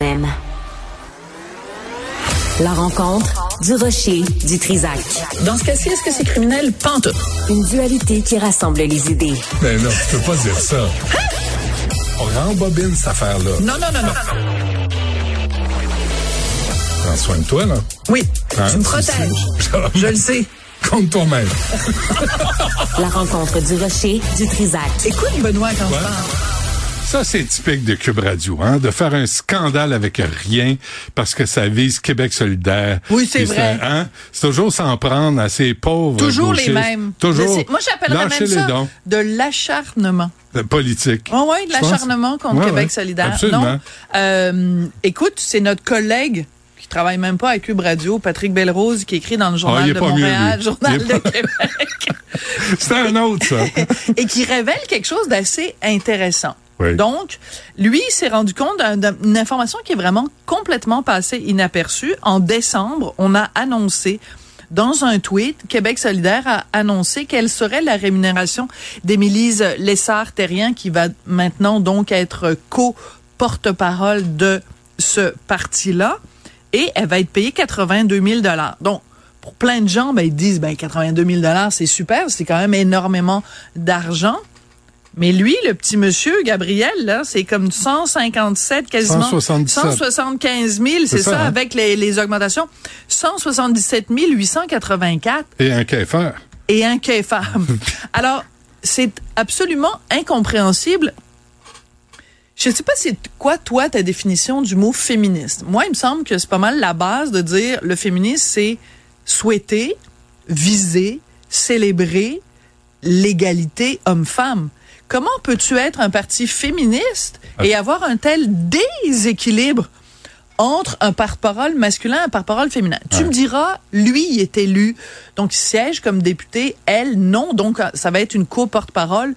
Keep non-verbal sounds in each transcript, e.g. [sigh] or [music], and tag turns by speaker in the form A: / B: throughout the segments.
A: même. La rencontre du rocher du Trisac.
B: Dans ce cas-ci, est-ce que c'est criminel? Pente.
A: Une dualité qui rassemble les idées.
C: Mais Ben non, tu peux pas dire ça. On rembobine cette affaire-là.
B: Non, non, non, non.
C: Prends soin de toi, là.
B: Oui,
C: Hein,
B: tu me
C: tu sais.
B: protèges. [laughs] Je le sais.
C: Compte toi-même.
A: La rencontre du rocher du Trisac.
B: Écoute, Benoît, quand
C: Ouais.
B: je parle.
C: Ça, c'est typique de Cube Radio, hein, de faire un scandale avec rien parce que ça vise Québec solidaire.
B: Oui, c'est
C: Puis
B: vrai.
C: un- hein, c'est toujours s'en prendre à ces pauvres
B: Toujours les
C: gauchistes.
B: mêmes. Mais
C: Toujours.
B: c'est- Moi, j'appellerais
C: Lâchez
B: même ça
C: les dons.
B: de l'acharnement.
C: La politique.
B: Oh oui, de
C: Je pense-
B: l'acharnement contre
C: Ouais,
B: Québec
C: ouais.
B: solidaire.
C: Absolument.
B: Non. Euh, écoute, c'est notre collègue qui travaille même pas à Cube Radio, Patrick Belrose, qui écrit dans le
C: Ah, il
B: journal
C: est
B: de
C: pas mieux,
B: Montréal,
C: lui.
B: journal
C: Il est
B: de
C: pas-
B: Québec, [laughs]
C: C'est un autre, ça.
B: et qui révèle quelque chose d'assez intéressant.
C: Oui.
B: Donc, lui, il s'est rendu compte d'un- d'un- d'une information qui est vraiment complètement passée inaperçue. En décembre, on a annoncé dans un tweet, Québec solidaire a annoncé quelle serait la rémunération d'Émilise Lessard-Terrien, qui va maintenant donc être co-porte-parole de ce parti-là. Et elle va être payée 82 000 Donc, pour plein de gens, ben, ils disent, ben, 82 000 c'est super, c'est quand même énormément d'argent. Mais lui, le petit monsieur, Gabriel, là, c'est comme 157, quasiment
C: 177.
B: 175 000, c'est
C: C'est
B: ça,
C: ça, hein?
B: avec les, les augmentations. 177 884
C: Et un caiffeur.
B: et un [laughs] KFAM. Alors, c'est absolument incompréhensible. Je sais pas c'est quoi toi ta définition du mot féministe. Moi, il me semble que c'est pas mal la base de dire le féminisme c'est souhaiter, viser, célébrer l'égalité homme-femme. Comment peux-tu être un parti féministe et avoir un tel déséquilibre entre un porte-parole masculin et un porte-parole féminin. Tu me diras, lui, il est élu, donc il siège comme député, elle, non, donc euh, ça va être une co-porte-parole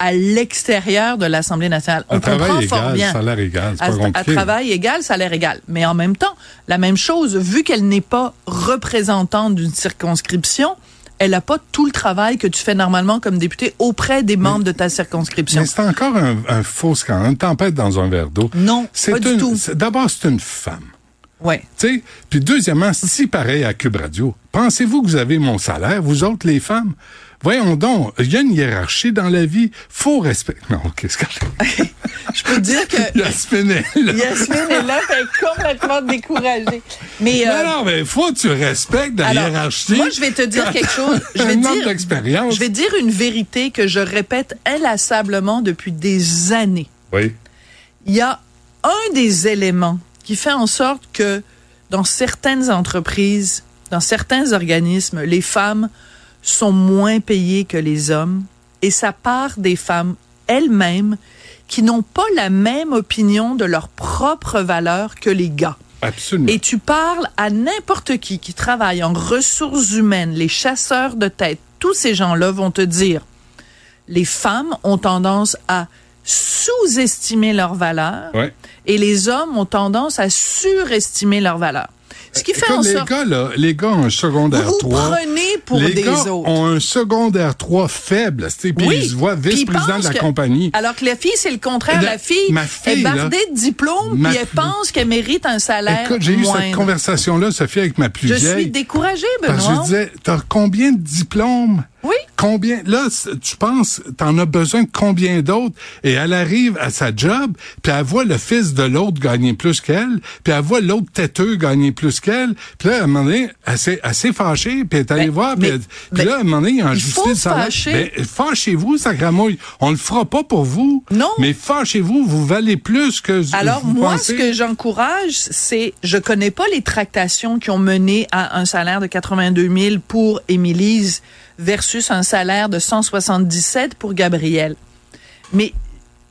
B: à l'extérieur de l'Assemblée nationale. On
C: À
B: comprend
C: travail
B: fort
C: égal,
B: bien.
C: salaire égal. C'est
B: À,
C: pas
B: à
C: compliqué.
B: travail égal, salaire égal. Mais en même temps, la même chose, vu qu'elle n'est pas représentante d'une circonscription, elle n'a pas tout le travail que tu fais normalement comme député auprès des membres de ta circonscription.
C: Mais c'est encore un, un faux scandale, une tempête dans un verre d'eau.
B: Non,
C: C'est
B: pas du
C: une-
B: tout.
C: c'est- D'abord, c'est une femme.
B: Ouais.
C: Tu sais, puis deuxièmement, si pareil à Cube Radio, pensez-vous que vous avez mon salaire, vous autres les femmes? Voyons donc, il y a une hiérarchie dans la vie, faut respecter. Non, qu'est-ce que
B: [laughs] Je peux te dire
C: [laughs]
B: que
C: Yasmine, là.
B: Yasmine est là, elle est complètement découragée. Mais euh,
C: Non, non, mais faut que tu respectes la
B: alors,
C: hiérarchie.
B: moi, je vais te dire quelque chose. Je vais
C: Un homme
B: dire,
C: d'expérience.
B: je vais dire une vérité que je répète inlassablement depuis des années.
C: Oui.
B: Il y a un des éléments qui fait en sorte que dans certaines entreprises, dans certains organismes, les femmes sont moins payées que les hommes et ça part des femmes elles-mêmes qui n'ont pas la même opinion de leur propre valeur que les gars.
C: Absolument.
B: Et tu parles à n'importe qui qui travaille en ressources humaines, les chasseurs de tête, tous ces gens-là vont te dire, les femmes ont tendance à sous-estimer leur valeur
C: Ouais.
B: et les hommes ont tendance à surestimer leur valeur. Ce qui fait
C: Comme
B: en
C: les
B: sorte que
C: gars, là, les gars ont un secondaire
B: vous
C: 3.
B: prenez pour
C: les
B: des
C: gars
B: autres.
C: ont un secondaire 3 faible, tu sais, puis
B: Oui.
C: ils se voient
B: Puis ils
C: vice-président de
B: pensent que-
C: la compagnie.
B: Alors que la fille, c'est le contraire.
C: La-
B: La, fille,
C: ma
B: est
C: fille, là,
B: bardée de diplôme,
C: ma
B: puis elle
C: fille-
B: pense qu'elle mérite un salaire
C: Écoute, j'ai eu
B: moindre.
C: cette conversation-là, Sophie, avec ma plus
B: Je
C: vieille.
B: suis découragée, Benoît.
C: Parce que je disais, t'as combien de diplômes?
B: Oui.
C: Combien? Là, c- tu penses, t'en as besoin de combien d'autres? Et elle arrive à sa job, puis elle voit le fils de l'autre gagner plus qu'elle, puis elle voit l'autre têteux gagner plus qu'elle. Puis là, à un moment donné, elle s'est, elle s'est fâchée, puis elle est allée
B: Ben,
C: voir, puis
B: mais-
C: elle- puis
B: ben,
C: là, à un moment donné, il y a un
B: il
C: justice
B: faut
C: de salaire.
B: fâcher.
C: Ben, fâchez-vous, sacramouille. On le fera pas pour vous.
B: Non.
C: Mais fâchez-vous, vous valez plus que z-
B: Alors
C: vous
B: moi,
C: pensez.
B: ce que j'encourage, c'est, je connais pas les tractations qui ont mené à un salaire de 82 000 pour Émilise versus un salaire de 177 pour Gabriel. Mais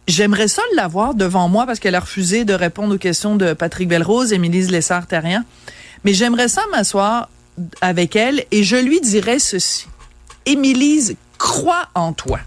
B: j'aimerais ça l'avoir devant moi parce qu'elle a refusé de répondre aux questions de Patrick Belrose, Émilise Lessard-Terrien. Mais j'aimerais ça m'asseoir avec elle
C: [laughs]
B: et je lui dirais ceci. Émilise, crois en toi.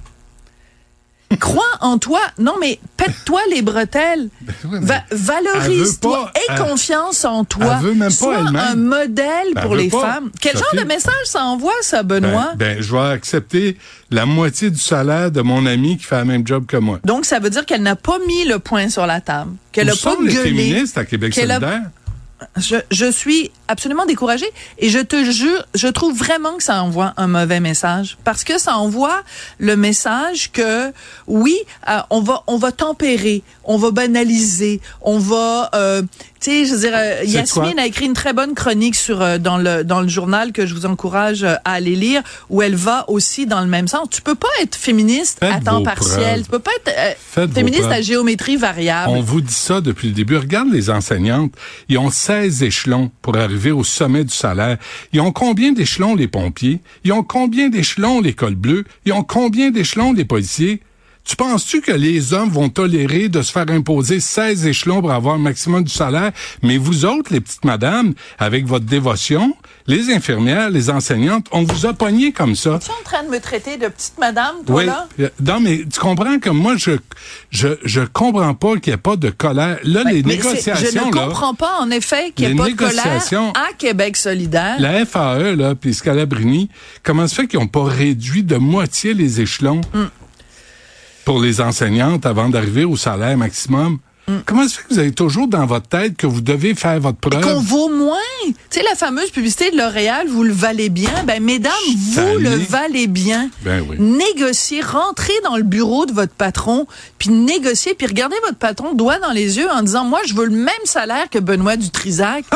B: Crois en toi. Non, mais pète-toi les
C: [laughs]
B: bretelles.
C: Ben oui, mais
B: Va- Valorise-toi.
C: elle veut pas,
B: Aie
C: elle-
B: confiance en toi.
C: elle veut même pas
B: Sois
C: elle-même.
B: un modèle
C: Ben,
B: pour
C: elle veut
B: les
C: pas,
B: femmes. Quel genre
C: Sophie.
B: de message ça envoie, ça, Benoît?
C: Ben, ben, je vais accepter la moitié du salaire de mon ami qui fait le même job que moi.
B: Donc, ça veut dire qu'elle n'a pas mis le point sur la table. Qu'elle
C: Où
B: n'a pas
C: sont les
B: gueulé.
C: féministes à Québec
B: qu'elle a-
C: solidaire?
B: Je, je suis absolument découragée et je te jure, je trouve vraiment que ça envoie un mauvais message parce que ça envoie le message que oui, euh, on va on va tempérer, on va banaliser, on va euh, tu sais, je veux dire euh,
C: C'est
B: Yasmine
C: quoi?
B: a écrit une très bonne chronique sur euh, dans le dans le journal que je vous encourage euh, à aller lire où elle va aussi dans le même sens. Tu peux pas être féministe à
C: Faites
B: temps
C: vos preuves.
B: partiel, tu peux pas être euh,
C: Faites vos
B: féministe à
C: preuves.
B: géométrie variable.
C: On vous dit ça depuis le début. Regarde les enseignantes. Ils ont 16 échelons pour arriver au sommet du salaire. Ils ont combien d'échelons les pompiers? Ils ont combien d'échelons l'école bleue? Ils ont combien d'échelons les policiers? Tu penses-tu que les hommes vont tolérer de se faire imposer 16 échelons pour avoir le maximum du salaire? Mais vous autres, les petites madames, avec votre dévotion, les infirmières, les enseignantes, on vous a pogné comme ça.
B: Tu es en train de me traiter de petite madame, toi là
C: Euh, Non, mais tu comprends que moi, je je, je comprends pas qu'il n'y ait pas de colère.
B: Ben,
C: Là, les
B: Mais c'est-
C: négociations,
B: Je ne
C: là,
B: comprends pas, en effet, qu'il n'y ait
C: Les
B: pas de colère
C: négociations-
B: à Québec solidaire.
C: la FAE, là, puis Scalabrini, comment se fait qu'ils n'ont pas réduit de moitié les échelons
B: Mm.
C: pour les enseignantes avant d'arriver au salaire maximum?
B: Mm.
C: Comment se fait que vous avez toujours dans votre tête que vous devez faire votre
B: Et qu'on
C: preuve?
B: vaut moins. Tu sais, la fameuse publicité de L'Oréal, vous le valez bien. Ben, mesdames, vous le
C: tanné.
B: valez bien.
C: Ben oui.
B: Négociez, rentrez dans le bureau de votre patron, puis négociez, puis regardez votre patron doigt dans les yeux en disant, moi, je veux le même salaire que Benoît
C: [laughs]
B: Dutrisac.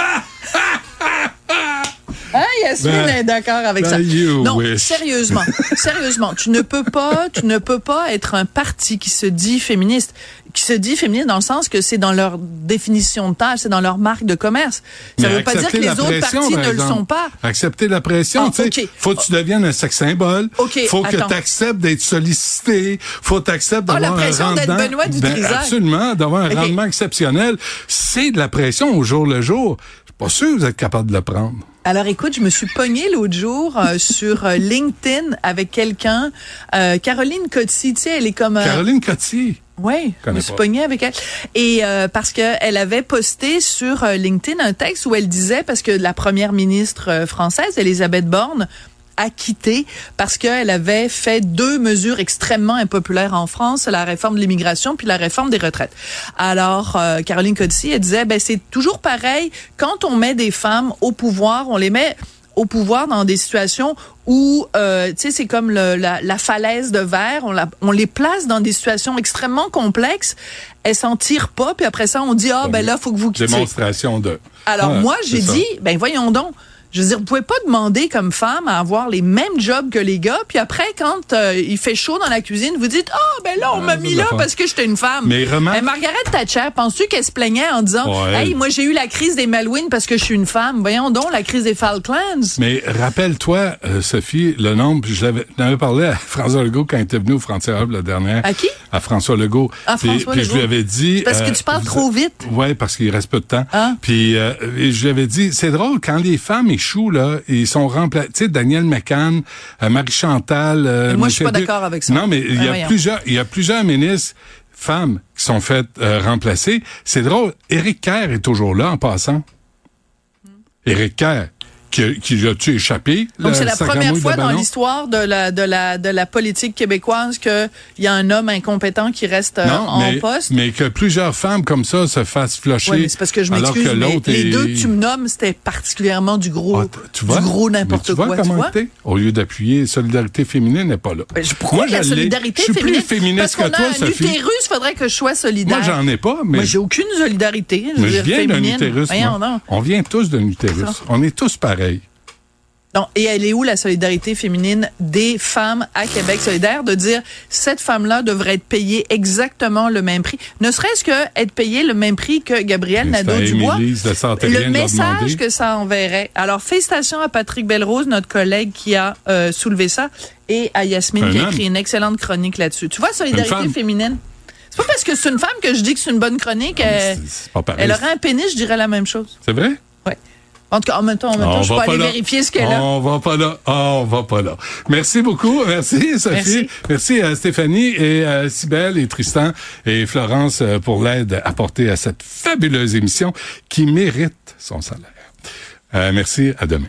B: Ah, Yasmine
C: Ben,
B: est d'accord avec
C: ben,
B: ça.
C: you
B: non,
C: wish. [laughs]
B: sérieusement, sérieusement, tu ne peux pas, tu ne peux pas être un parti qui se dit féministe, qui se dit féministe dans le sens que c'est dans leur définition de tâche, c'est dans leur marque de commerce. Ça ne
C: Mais
B: veut pas dire que
C: accepter
B: les
C: la
B: autres
C: pression,
B: partis
C: par
B: ne le
C: exemple.
B: sont pas.
C: Accepter la pression,
B: Ah,
C: tu sais.
B: ok.
C: Faut que tu devienne un sex symbole.
B: Ok,
C: Faut que
B: attends.
C: tu acceptes d'être sollicité. Faut que tu acceptes
B: Ah, la
C: d'avoir un
B: pression
C: rendement. Ben,
B: d'être Benoît Dutrisac.
C: absolument, d'avoir un
B: Ok.
C: rendement exceptionnel. C'est de la pression au jour le jour. Je suis pas sûr que vous êtes capable de le prendre.
B: Alors écoute, je me suis pognée l'autre jour euh, sur euh, LinkedIn avec quelqu'un, euh, Caroline Cotti, tu sais, elle est comme... euh,
C: Caroline Coty.
B: Oui, je
C: connais
B: me suis
C: pas.
B: pognée avec elle. Et euh, parce que elle avait posté sur euh, LinkedIn un texte où elle disait, parce que la première ministre euh, française, Elisabeth Borne, a quitté parce qu'elle avait fait deux mesures extrêmement impopulaires en France, la réforme de l'immigration puis la réforme des retraites. Alors, euh, Caroline Codici, elle disait, ben, c'est toujours pareil, quand on met des femmes au pouvoir, on les met au pouvoir dans des situations où, euh, tu sais, c'est comme le- la, la falaise de verre, on, la- on les place dans des situations extrêmement complexes, elles s'en tirent pas, puis après ça, on dit, ah, ben là, faut que vous quittiez.
C: Démonstration de.
B: Alors
C: Ouais,
B: moi,
C: c'est
B: j'ai
C: ça.
B: dit, ben voyons donc. Je veux dire, vous pouvez pas demander comme femme à avoir les mêmes jobs que les gars, puis après, quand euh, il fait chaud dans la cuisine, vous dites, ah, ben là, on
C: Ouais,
B: m'a
C: ça,
B: mis
C: c'est
B: là
C: la fin.
B: parce que j'étais une femme.
C: Mais remarque-
B: Eh, Margaret Thatcher, penses-tu qu'elle se plaignait en disant,
C: Ouais.
B: hey, moi, j'ai eu la crise des Malouines parce que je suis une femme. Voyons donc, la crise des Falklands.
C: Mais rappelle-toi, euh, Sophie, le nombre, je l'avais j'en avais parlé à [laughs] François Legault quand il était venu au Frontier Hub la dernière.
B: À qui?
C: À François Legault.
B: À
C: Puis-
B: François
C: puis je lui
B: Legault.
C: avais dit... euh,
B: Parce que tu parles
C: vous-
B: trop vite.
C: Ouais, parce qu'il reste peu de temps.
B: Hein?
C: Puis euh, et je lui avais dit, c'est drôle, quand les femmes échouent, là, ils sont remplacés. Tu sais, Daniel McCann, euh, Marie-Chantal... euh,
B: Mais moi, je suis
C: Michel
B: pas
C: Duc.
B: d'accord avec ça.
C: Non, mais il y
B: Voyons.
C: a plusieurs, il y a plusieurs ministres femmes qui sont faites euh, remplacer. C'est drôle, Éric Kerr est toujours là, en passant.
B: Hmm.
C: Éric Kerr, qui, qui a-tu échappé?
B: Donc
C: le
B: c'est la
C: sacramouille
B: première
C: de
B: fois dans
C: ballon?
B: l'histoire de la, de, la, de la politique québécoise qu'il y a un homme incompétent qui reste euh,
C: Non,
B: en
C: mais,
B: poste.
C: mais que plusieurs femmes comme ça se fassent flusher.
B: Ouais, mais c'est parce que je
C: alors
B: m'excuse,
C: que
B: mais
C: l'autre
B: les
C: est-
B: deux que tu me nommes, c'était particulièrement du gros,
C: Ah, t- tu vois?
B: Oh, du gros
C: Mais
B: n'importe
C: tu
B: quoi,
C: Vois
B: tu
C: comment
B: vois.
C: t'es? Au lieu d'appuyer Solidarité féminine n'est pas là.
B: Ben, je prouve
C: Moi,
B: que la
C: je l'ai.
B: solidarité
C: Je suis
B: féminine.
C: plus féministe
B: parce
C: que
B: qu'on
C: toi,
B: a un
C: Sophie.
B: utérus, faudrait que je sois solidaire.
C: Moi, j'en ai pas, mais.
B: Moi, j'ai aucune solidarité. Je
C: mais
B: veux
C: je
B: dire,
C: viens d'un
B: féminine.
C: utérus.
B: Voyons
C: moi.
B: donc.
C: On vient tous d'un utérus.
B: Ça.
C: On est tous pareils.
B: Non, et elle est où la solidarité féminine des femmes à Québec solidaire de dire cette femme-là devrait être payée exactement le même prix, ne serait-ce que être payée le même prix que Gabriel
C: Mais c'est à
B: Nadeau-Dubois.
C: Émilie de Santérien
B: Le
C: de leur
B: message
C: demander.
B: que ça enverrait. Alors félicitations à Patrick Belrose, notre collègue qui a euh, soulevé ça, et à Yasmine
C: Un
B: qui a
C: homme.
B: écrit une excellente chronique là-dessus. Tu vois, solidarité
C: femme.
B: féminine. C'est pas parce que c'est une femme que je dis que c'est une bonne chronique.
C: Ah, mais
B: euh,
C: c'est- c'est pas pareil.
B: elle aurait un pénis, je dirais la même chose.
C: C'est vrai?
B: Ouais. En tout cas, en même temps, en même temps je peux aller vérifier ce qu'elle a.
C: On va pas là. Ah, on va pas là. Merci beaucoup. Merci, Sophie. Merci, à Stéphanie et à Cybelle et Tristan et Florence euh, pour l'aide apportée à cette fabuleuse émission qui mérite son salaire. Euh, merci. À demain.